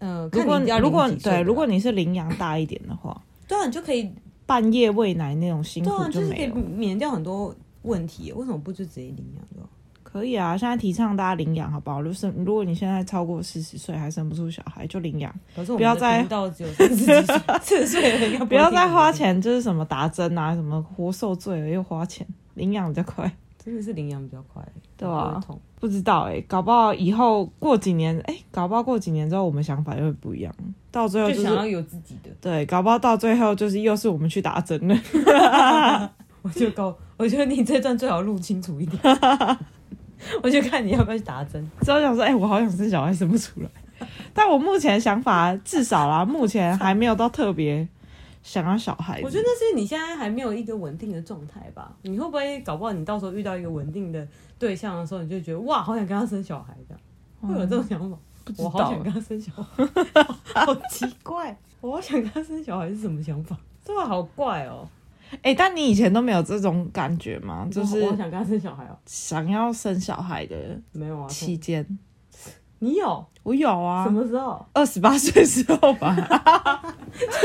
B: 呃，
A: 如
B: 看
A: 果
B: 你要
A: 如果
B: 领几岁的啊
A: 对，
B: 啦
A: 如果你是领养大一点的话，
B: 对啊，你就可以
A: 半夜喂奶那种辛
B: 对
A: 苦
B: 啊，就是可
A: 没
B: 以
A: 有。
B: 免掉很多问题，欸为什么不就直接领养就好？
A: 可以啊，现在提倡大家领养，好不好？就是如果你现在超过四十岁还生不出小孩，就领养，
B: 可是我
A: 不要
B: 们的
A: 再
B: 频道只有三十几岁、四十岁的，应该会
A: 不要再
B: 听
A: 花，钱，就是什么打针啊，什么活受罪了又花钱，领养比较快。
B: 真的是领养比较快，
A: 对啊
B: 不会痛
A: 不知道哎、搞不好以后过几年，哎、搞不好过几年之后我们想法又会不一样，到最后
B: 就
A: 啊就
B: 想要
A: 是
B: 有自己的，
A: 对，搞不好到最后就是又是我们去打针了。
B: 我就告，我觉得你这段最好录清楚 一点，我就看你要不要去打针。
A: 之后想说，哎、我好想生小孩，生不出来。 但我目前想法至少啦，目前还没有到特别想要小孩子。
B: 我觉得那是你现在还没有一个稳定的状态吧，你会不会搞不好你到时候遇到一个稳定的对象的时候，你就觉得哇，好想跟他生小孩这样，会有这种想法？
A: 不知
B: 我好
A: 道
B: 想跟他生小孩，好奇 怪，我好想跟他生小孩是什么想法？这个好怪哦，
A: 哎、但你以前都没有这种感觉吗？就
B: 我好
A: 是
B: 想跟他生小孩哦，
A: 想要生小孩的
B: 没有啊，
A: 期间，
B: 你有
A: 我有
B: 什
A: 啊，
B: 么时 候？
A: 二十八岁之后 吧，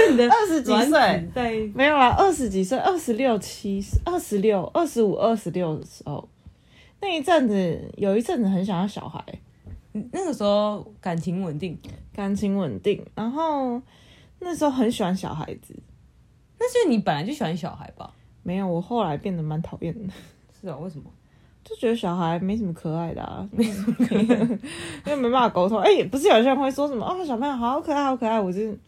B: 你的
A: 二十几
B: 卵
A: 岁
B: 子在
A: 没有啦，二十几岁，二十六七、二十六、二十五、二十六的时候，那一阵子有一阵子很想要小孩，
B: 你那个时候感情稳定，
A: 感情稳定，然后那时候很喜欢小孩子，
B: 那是因为你本来就喜欢小孩吧？
A: 没有，我后来变得蛮讨厌的，
B: 是啊，为什么？
A: 就觉得小孩没什么可爱的 啊，没什么可爱的，因为没办法沟通。哎、不是有些人会说什么哦，小朋友好可爱，好可爱，我就是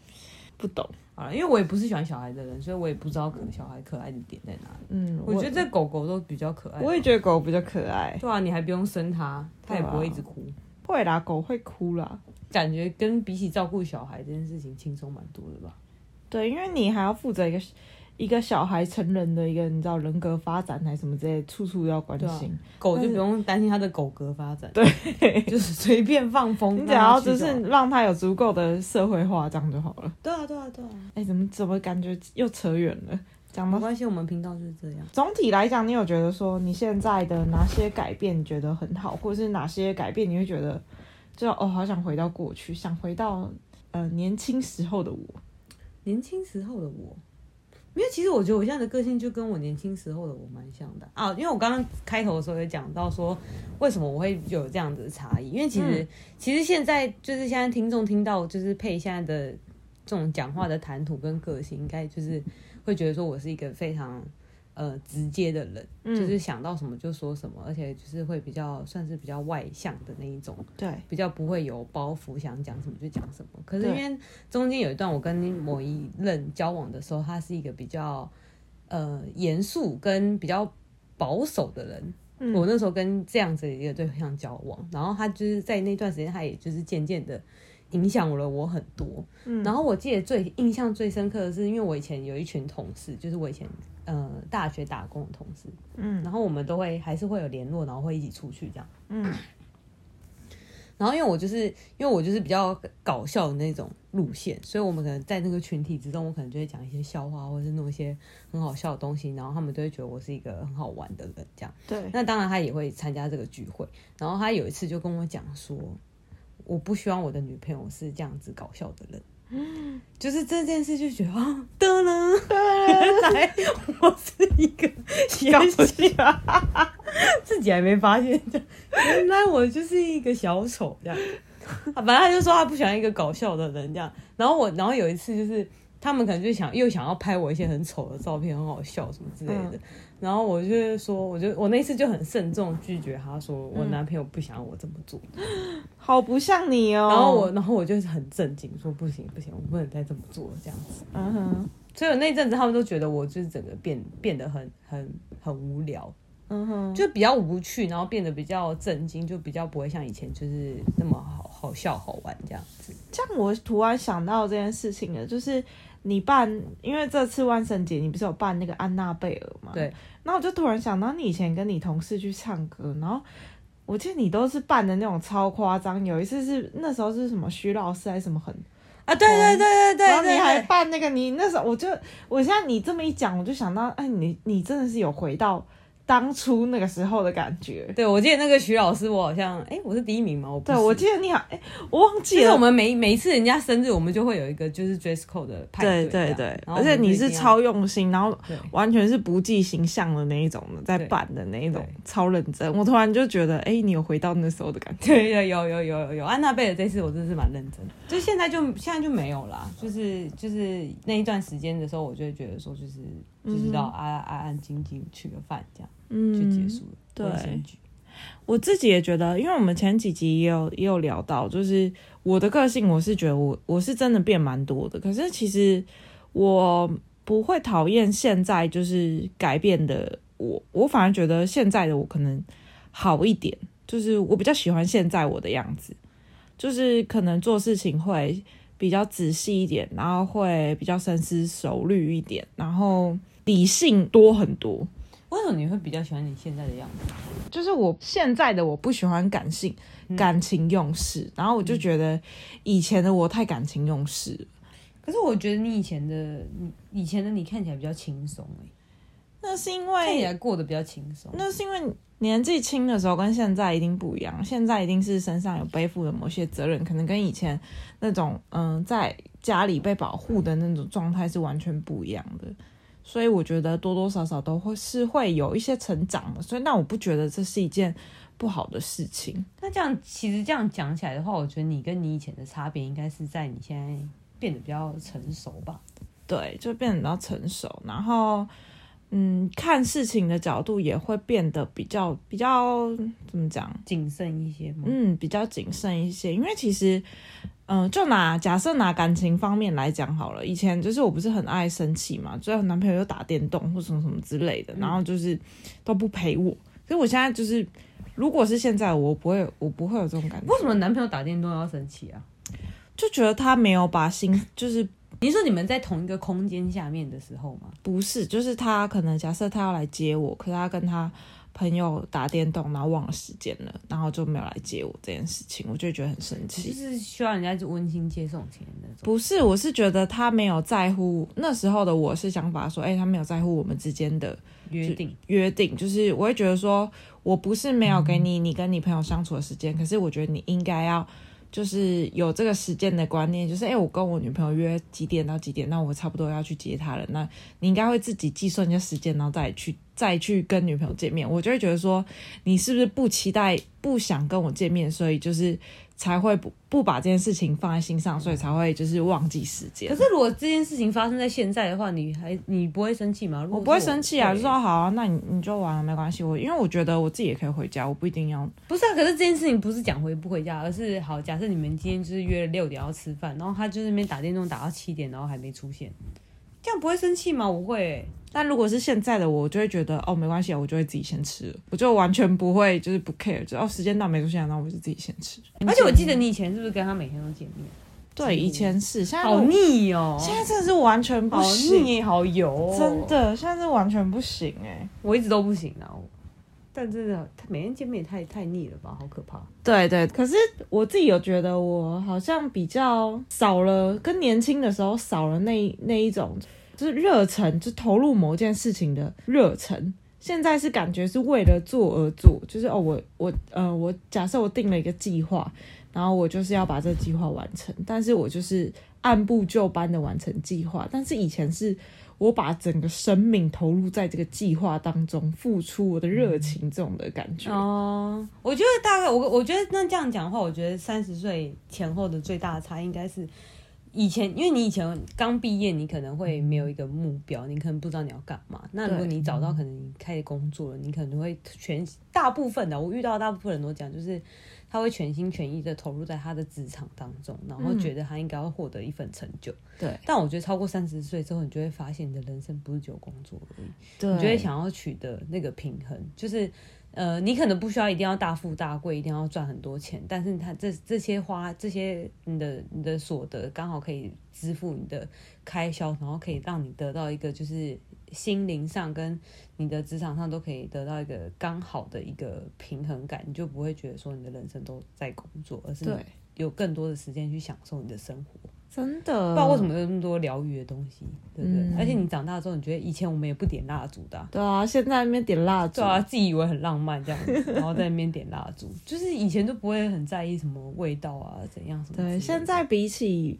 A: 不懂。
B: 好了，因为我也不是喜欢小孩的人，所以我也不知道可小孩可爱的点在哪里。
A: 嗯，
B: 我觉得这狗狗都比较可爱。
A: 我也觉得狗比较可爱，
B: 对啊，你还不用生它，它也
A: 对啊
B: 不会一直哭，
A: 会啦，狗会哭啦。
B: 感觉跟比起照顾小孩这件事情轻松蛮多的吧？
A: 对，因为你还要负责一个一个小孩成人的一个，你知道人格发展还是什么之类的，处处都要关心。
B: 狗就不用担心它的狗格发展，对，就是随便放风。
A: 你只要
B: 啊让它去
A: 就
B: 好
A: 是让他有足够的社会化，这样就好了。
B: 对啊，对啊，对啊，
A: 哎、怎么怎么感觉又扯远了？讲
B: 没
A: 到
B: 关系，我们频道就是这样。
A: 总体来讲，你有觉得说你现在的哪些改变你觉得很好，或者是哪些改变你会觉得就哦，好想回到过去，想回到呃年轻时候的我。
B: 年轻时候的我，没有。其实我觉得我现在的个性就跟我年轻时候的我蛮像的啊，因为我刚刚开头的时候有讲到说，为什么我会有这样子的差异，因为其实、其实现在就是现在听众听到就是配现在的这种讲话的谈吐跟个性，应该就是会觉得说我是一个非常。呃直接的人，
A: 嗯
B: 就是想到什么就说什么，而且就是会比较算是比较外向的那一种，
A: 对，
B: 比较不会有包袱，想讲什么就讲什么。可是因
A: 对
B: 为中间有一段我跟某一任交往的时候，他是一个比较呃严肃跟比较保守的人。
A: 嗯
B: 我那时候跟这样子的一个对象交往，然后他就是在那段时间，他也就是渐渐的影响了我很多。
A: 嗯
B: 然后我记得最印象最深刻的是，因为我以前有一群同事，就是我以前呃大学打工的同事，
A: 嗯
B: 然后我们都会还是会有联络，然后会一起出去这样。
A: 嗯
B: 然后因为我就是因为我就是比较搞笑的那种路线，所以我们可能在那个群体之中，我可能就会讲一些笑话，或者是弄一些很好笑的东西，然后他们都会觉得我是一个很好玩的人这样。
A: 对，
B: 那当然，他也会参加这个聚会。然后他有一次就跟我讲说，我不希望我的女朋友是这样子搞笑的人。 就是这件事就觉得啊，的 呢，原来我是一个谐星，自己还没发现， 这样原来我就是一个小丑这样。啊反正他就说他不喜欢一个搞笑的人这样。然后我，然后有一次就是他们可能就想又想要拍我一些很丑的照片，很好笑什么之类的。
A: 嗯
B: 然后我就是说，我就我那次就很慎重拒绝他说，我男朋友不想要我这么做。
A: 好不像你哦。
B: 然后我，然后我就是很震惊，说不行不行，我不能再这么做这样子。
A: 嗯哼
B: 所以我那阵子他们都觉得我就是整个变变得很很很无聊，
A: 嗯哼，
B: 就比较无趣，然后变得比较震惊，就比较不会像以前就是那么好好笑好玩这样子。
A: 这样我突然想到这件事情了，就是你办，因为这次万圣节你不是有办那个安娜贝尔嘛？
B: 对。
A: 然后我就突然想到，你以前跟你同事去唱歌，然后我记得你都是办的那种超夸张，有一次是那时候是什么徐老师还是什么很，
B: 啊，对对对对
A: 哦然
B: 对
A: 后你
B: 对
A: 还
B: 对，
A: 办那个你那时候我就我现在你这么一讲，我就想到，哎，你你真的是有回到当初那个时候的感觉。
B: 对我记得那个徐老师，我好像哎、我是第一名吗？我不
A: 对，
B: 是
A: 我记得你好，哎，我忘记
B: 其实
A: 了
B: 我。们每每一次人家生日，我们就会有一个就是 dress code 的派
A: 对对
B: 对，这样
A: 对，
B: 然后
A: 而且
B: 我们就
A: 你
B: 一定
A: 是
B: 要
A: 超用心，然后
B: 对
A: 完全是不计形象的那一种的，在
B: 对
A: 办的那一种
B: 对，
A: 超认真。我突然就觉得，哎、你有回到那时候的感觉。
B: 对对有有有有有安娜贝尔这次我真的是蛮认真的，就现在就现在就没有啦，就是就是那一段时间的时候，我就会觉得说就是就是到安安安静静吃个饭这样就
A: 嗯
B: 结束了，
A: 对
B: 我的选举
A: 我自己也觉得，因为我们前几集也有也有聊到，就是我的个性，我是觉得我我是真的变蛮多的，可是其实我不会讨厌现在就是改变的我，我反而觉得现在的我可能好一点，就是我比较喜欢现在我的样子，就是可能做事情会比较仔细一点，然后会比较深思熟虑一点，然后理性多很多。
B: 为什么你会比较喜欢你现在的样子？
A: 就是我现在的我不喜欢感性、感情用事，然后我就觉得以前的我太感情用事了，
B: 可是我觉得你以前的你以前的你看起来比较轻松哎，
A: 那是因
B: 看起
A: 为
B: 来过得比较轻松。
A: 那是因为年纪轻的时候跟现在一定不一样，现在一定是身上有背负的某些责任，可能跟以前那种嗯在家里被保护的那种状态是完全不一样的。所以我觉得多多少少都会是会有一些成长的，所以那我不觉得这是一件不好的事情。
B: 那这样其实这样讲起来的话，我觉得你跟你以前的差别应该是在你现在变得比较成熟吧。
A: 对，就变得比较成熟，然后嗯，看事情的角度也会变得比较比较怎么讲？
B: 谨慎一些吗？
A: 嗯，比较谨慎一些，因为其实。嗯，就拿假设拿感情方面来讲好了，以前就是我不是很爱生气嘛，最后男朋友又打电动或什么什么之类
B: 嗯
A: 的，然后就是都不陪我，所以我现在就是，如果是现在我不会，我不会有这种感觉，
B: 为什么男朋友打电动要生气啊？
A: 就觉得他没有把心，就是
B: 你说你们在同一个空间下面的时候吗？
A: 不是，就是他可能假设他要来接我，可是他跟他朋友打电动，然后忘了时间了，然后就没有来接我这件事情，我就会觉得很生
B: 就
A: 气。
B: 是需要人家就温馨接送钱的那种。
A: 不是，我是觉得他没有在乎那时候的我是想法说，哎、他没有在乎我们之间的
B: 约定，
A: 约定，就是我会觉得说我不是没有给你你跟你朋友相处的时间，可是我觉得你应该要就是有这个时间的观念，就是哎、诶我跟我女朋友约几点到几点，那我差不多要去接她了，那你应该会自己计算一下时间，然后再去再去跟女朋友见面。我就会觉得说你是不是不期待不想跟我见面，所以就是才会不不把这件事情放在心上，所以才会就是忘记时间
B: 可。是如果这件事情发生在现在的话，你还你不会生气吗？如果
A: 我
B: 是
A: 不会生气啊，
B: 会
A: 就说好啊，那你你就玩了，没关系。我因为我觉得我自己也可以回家，我不一定要。
B: 不是啊，可是这件事情不是讲回不回家，而是好，假设你们今天就是约了六点要吃饭，然后他就在那边打电动打到七点，然后还没出现，这样不会生气吗？我会欸、
A: 但如果是现在的我，我就会觉得哦，没关系啊，我就会自己先吃了，我就完全不会就是不 care，就哦时间到没出现，那我就自己先吃。
B: 而且我记得你以前是不是跟他每天都见面？
A: 对，以前是，现在
B: 好
A: 我
B: 腻哦、
A: 现在真的是完全不
B: 好
A: 行，
B: 腻，好油哦、
A: 真的现在是完全不行哎、
B: 我一直都不行啊。我但真的，他每天见面也太太腻了吧，好可怕。
A: 对对，可是我自己有觉得我好像比较少了，跟年轻的时候少了那那一种，就是热忱，就投入某件事情的热忱。现在是感觉是为了做而做，就是哦，我我呃，我假设我定了一个计划，然后我就是要把这个计划完成，但是我就是按部就班的完成计划。但是以前是我把整个生命投入在这个计划当中，付出我的热情这种的感觉。
B: 哦，我觉得大概我我觉得那这样讲的话，我觉得三十岁前后的最大的差应该是以前，因为你以前刚毕业，你可能会没有一个目标，你可能不知道你要干嘛。那如
A: 对
B: 果你找到，可能你开始工作了，你可能会全大部分的我遇到的大部分人都讲，就是他会全心全意的投入在他的职场当中，然后觉得他应该会获得一份成就。
A: 嗯对
B: 但我觉得超过三十岁之后，你就会发现你的人生不是只有工作而已。
A: 对，
B: 你就会想要取得那个平衡，就是呃，你可能不需要一定要大富大贵，一定要赚很多钱，但是它这这些花这些你的你的所得刚好可以支付你的开销，然后可以让你得到一个就是心灵上跟你的职场上都可以得到一个刚好的一个平衡感，你就不会觉得说你的人生都在工作，而是
A: 对。嗯
B: 有更多的时间去享受你的生活。
A: 真的，
B: 不知道为什么有那么多疗愈的东西，对不对？
A: 嗯
B: 而且你长大之后，你觉得以前我们也不点蜡烛的啊、
A: 对啊，现在那边点蜡烛，
B: 对啊，自己以为很浪漫这样子，然后在那边点蜡烛， 就是以前都不会很在意什么味道啊，怎样什么之类的。
A: 对，现在比起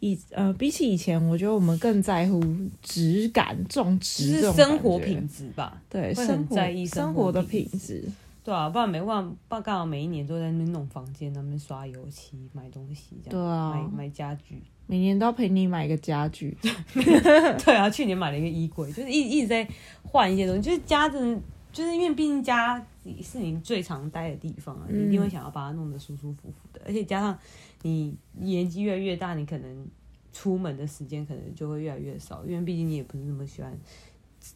A: 以呃比起以前，我觉得我们更在乎质感、重
B: 就
A: 质这
B: 是
A: 种感
B: 生活
A: 觉
B: 品，质吧，
A: 对，
B: 会
A: 生
B: 很
A: 活
B: 在意
A: 生
B: 生
A: 活
B: 活
A: 的品
B: 品
A: 质。
B: 对啊，不然没办法，不然刚好每一年都在那边弄房间，那边刷油漆、买东西这样，
A: 对啊，
B: 买买家具。
A: 每年都要陪你买个家具，
B: 对啊，去年买了一个衣柜，就是一一直在换一些东西，就是家真的，就是因为毕竟家是你最常待的地方啊，
A: 嗯
B: 你一定会想要把它弄得舒舒服服的，而且加上你年纪越来越大，你可能出门的时间可能就会越来越少，因为毕竟你也不是那么喜欢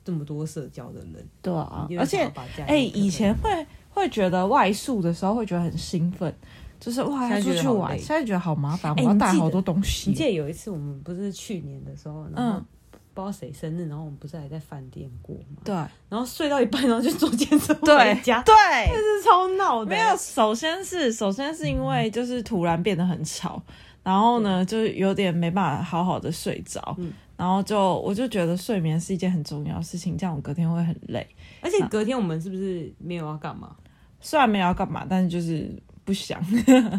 B: 这么多社交的人，
A: 对啊
B: 你就，会
A: 而
B: 想
A: 且
B: 要把家
A: 哎、
B: 里弄得
A: 以前会会觉得外宿的时候会觉得很兴奋，就是哇要
B: 现在
A: 出
B: 觉得
A: 去
B: 好
A: 玩，
B: 累
A: 现在觉得好麻烦，
B: 哎
A: 我要
B: 你
A: 带
B: 记
A: 好
B: 得
A: 多东
B: 你记
A: 西。
B: 得有一次我们不是去年的时候，然后
A: 嗯，
B: 不知道谁生日，然后我们不是还在饭店过嘛，
A: 对
B: 然后睡到一半，然后就坐 健身
A: 对
B: 回家，
A: 对，
B: 这是超闹的、欸
A: 没有，首先是首先是因为就是突然变得很吵，然后呢，就是有点没办法好好的睡着，
B: 嗯
A: 然后就我就觉得睡眠是一件很重要的事情，这样我隔天会很累。
B: 而且隔天我们是不是没有要干嘛？
A: 虽然没有要干嘛，但是就是不想。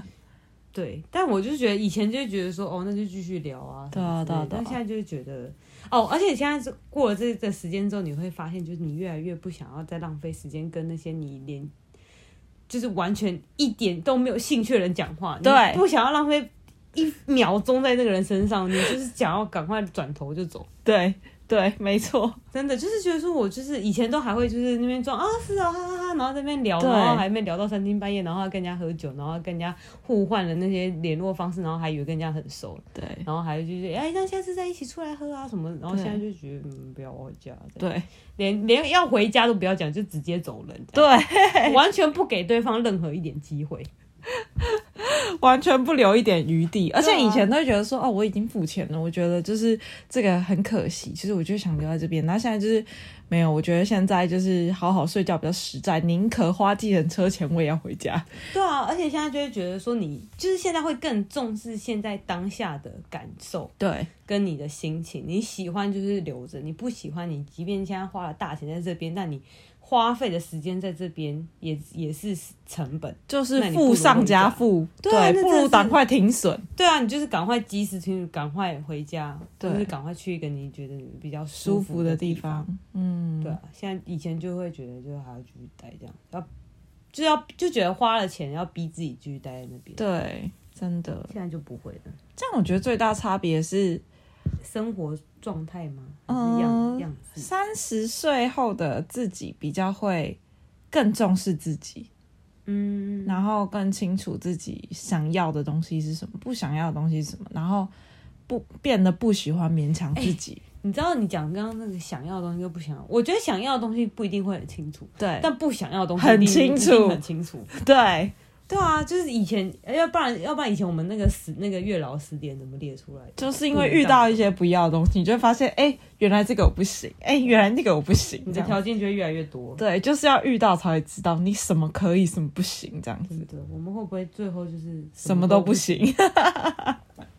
B: 对，但我就觉得以前就会觉得说，哦，那就继续聊啊，
A: 对啊
B: 什么之类的
A: 对啊对啊
B: 但现在就会觉得，哦，而且现在是过了这个时间之后，你会发现，就是你越来越不想要再浪费时间跟那些你连就是完全一点都没有兴趣的人讲话，你
A: 对
B: 不想要浪费一秒钟在那个人身上，你就是想要赶快转头就走。
A: 对对，没错，
B: 真的就是觉得说，我就是以前都还会就是那边装啊是啊哈哈哈，然后在那边聊，
A: 对
B: 然后还没聊到三更半夜，然后还跟人家喝酒，然后还跟人家互换了那些联络方式，然后还以为跟人家很熟，
A: 对
B: 然后还就是哎、那下次再一起出来喝啊什么，然后
A: 对
B: 现在就觉得嗯不要我回家，这样
A: 对
B: 连连要回家都不要讲，就直接走人，这样
A: 对，
B: 完全不给对方任何一点机会。
A: 完全不留一点余地。而且
B: 对啊
A: 以前都会觉得说，哦，我已经付钱了，我觉得就是这个很可惜。其实我就想留在这边，然后现在就是没有。我觉得现在就是好好睡觉比较实在，宁可花计程车钱，我也要回家。
B: 对啊，而且现在就会觉得说你就是现在会更重视现在当下的感受。
A: 对
B: 跟你的心情，你喜欢就是留着，你不喜欢你，即便现在花了大钱在这边，但你花费的时间在这边也也是成本。
A: 就是
B: 那你不如
A: 负上加负，
B: 回家对啊
A: 不
B: 那真的
A: 如
B: 是
A: 赶快停损。
B: 对啊，你就是赶快及时停止，赶快回家，
A: 对
B: 就是赶快去一个你觉得你比较
A: 舒
B: 服
A: 服的
B: 地
A: 地。方，嗯，
B: 对啊，现在以前就会觉得就是还要继续待这样，要就要就觉得花了钱要逼自己继续待在那边，
A: 对，真的。
B: 现在就不会了。
A: 这样我觉得最大差别是
B: 生活状态吗？还
A: 嗯
B: 是样样子？
A: 三十岁后的自己比较会更重视自己，
B: 嗯，
A: 然后更清楚自己想要的东西是什么，不想要的东西是什么，然后不变得不喜欢勉强自己。
B: 你知道你讲刚刚那个想要的东西跟不想要，我觉得想要的东西不一定会很清楚，
A: 哎对，
B: 但不想要的东西
A: 很
B: 一定
A: 清
B: 一定
A: 楚
B: 很 清楚。
A: 对，
B: 对啊，就是以前，要不然要不然以前我们那个十那个月老十点怎么列出来的？
A: 就是因为遇到一些不要的东西，你就会发现，哎、原来这个我不行，哎、原来那个我不行，
B: 你
A: 这样。
B: 的条件就会越来越多。
A: 对，就是要遇到才会知道你什么可以，什么不行，这样子，
B: 真的，我们会不会最后就是
A: 什么都不
B: 行？
A: 行，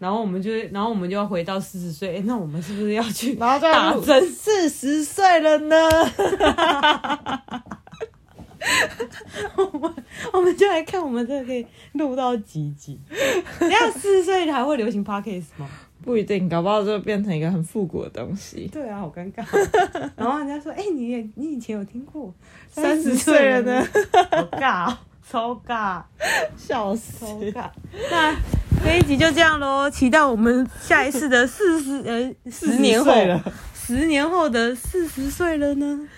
B: 然后我们就然后我们就要回到四十岁，诶哎那我们是不是要去
A: 然后就
B: 打
A: 要
B: 针？
A: 四十岁了呢。
B: 我们就来看我们这个可以录到几集？等一下四十岁还会流行 podcast 吗？
A: 不一定，搞不好就变成一个很复古的东西。
B: 对啊，好尴 尬。然后人家说：“哎、你也你以前有听过
A: 三十岁了呢？”
B: 好尬、哦，超尬，
A: 笑死
B: 超！尬。 那这一集就这样喽，期待我们下一次的四十呃十年后
A: 40岁了，
B: 十年后的四十岁了呢。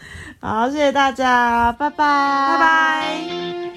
A: 好，谢谢大家，拜拜，拜
B: 拜拜。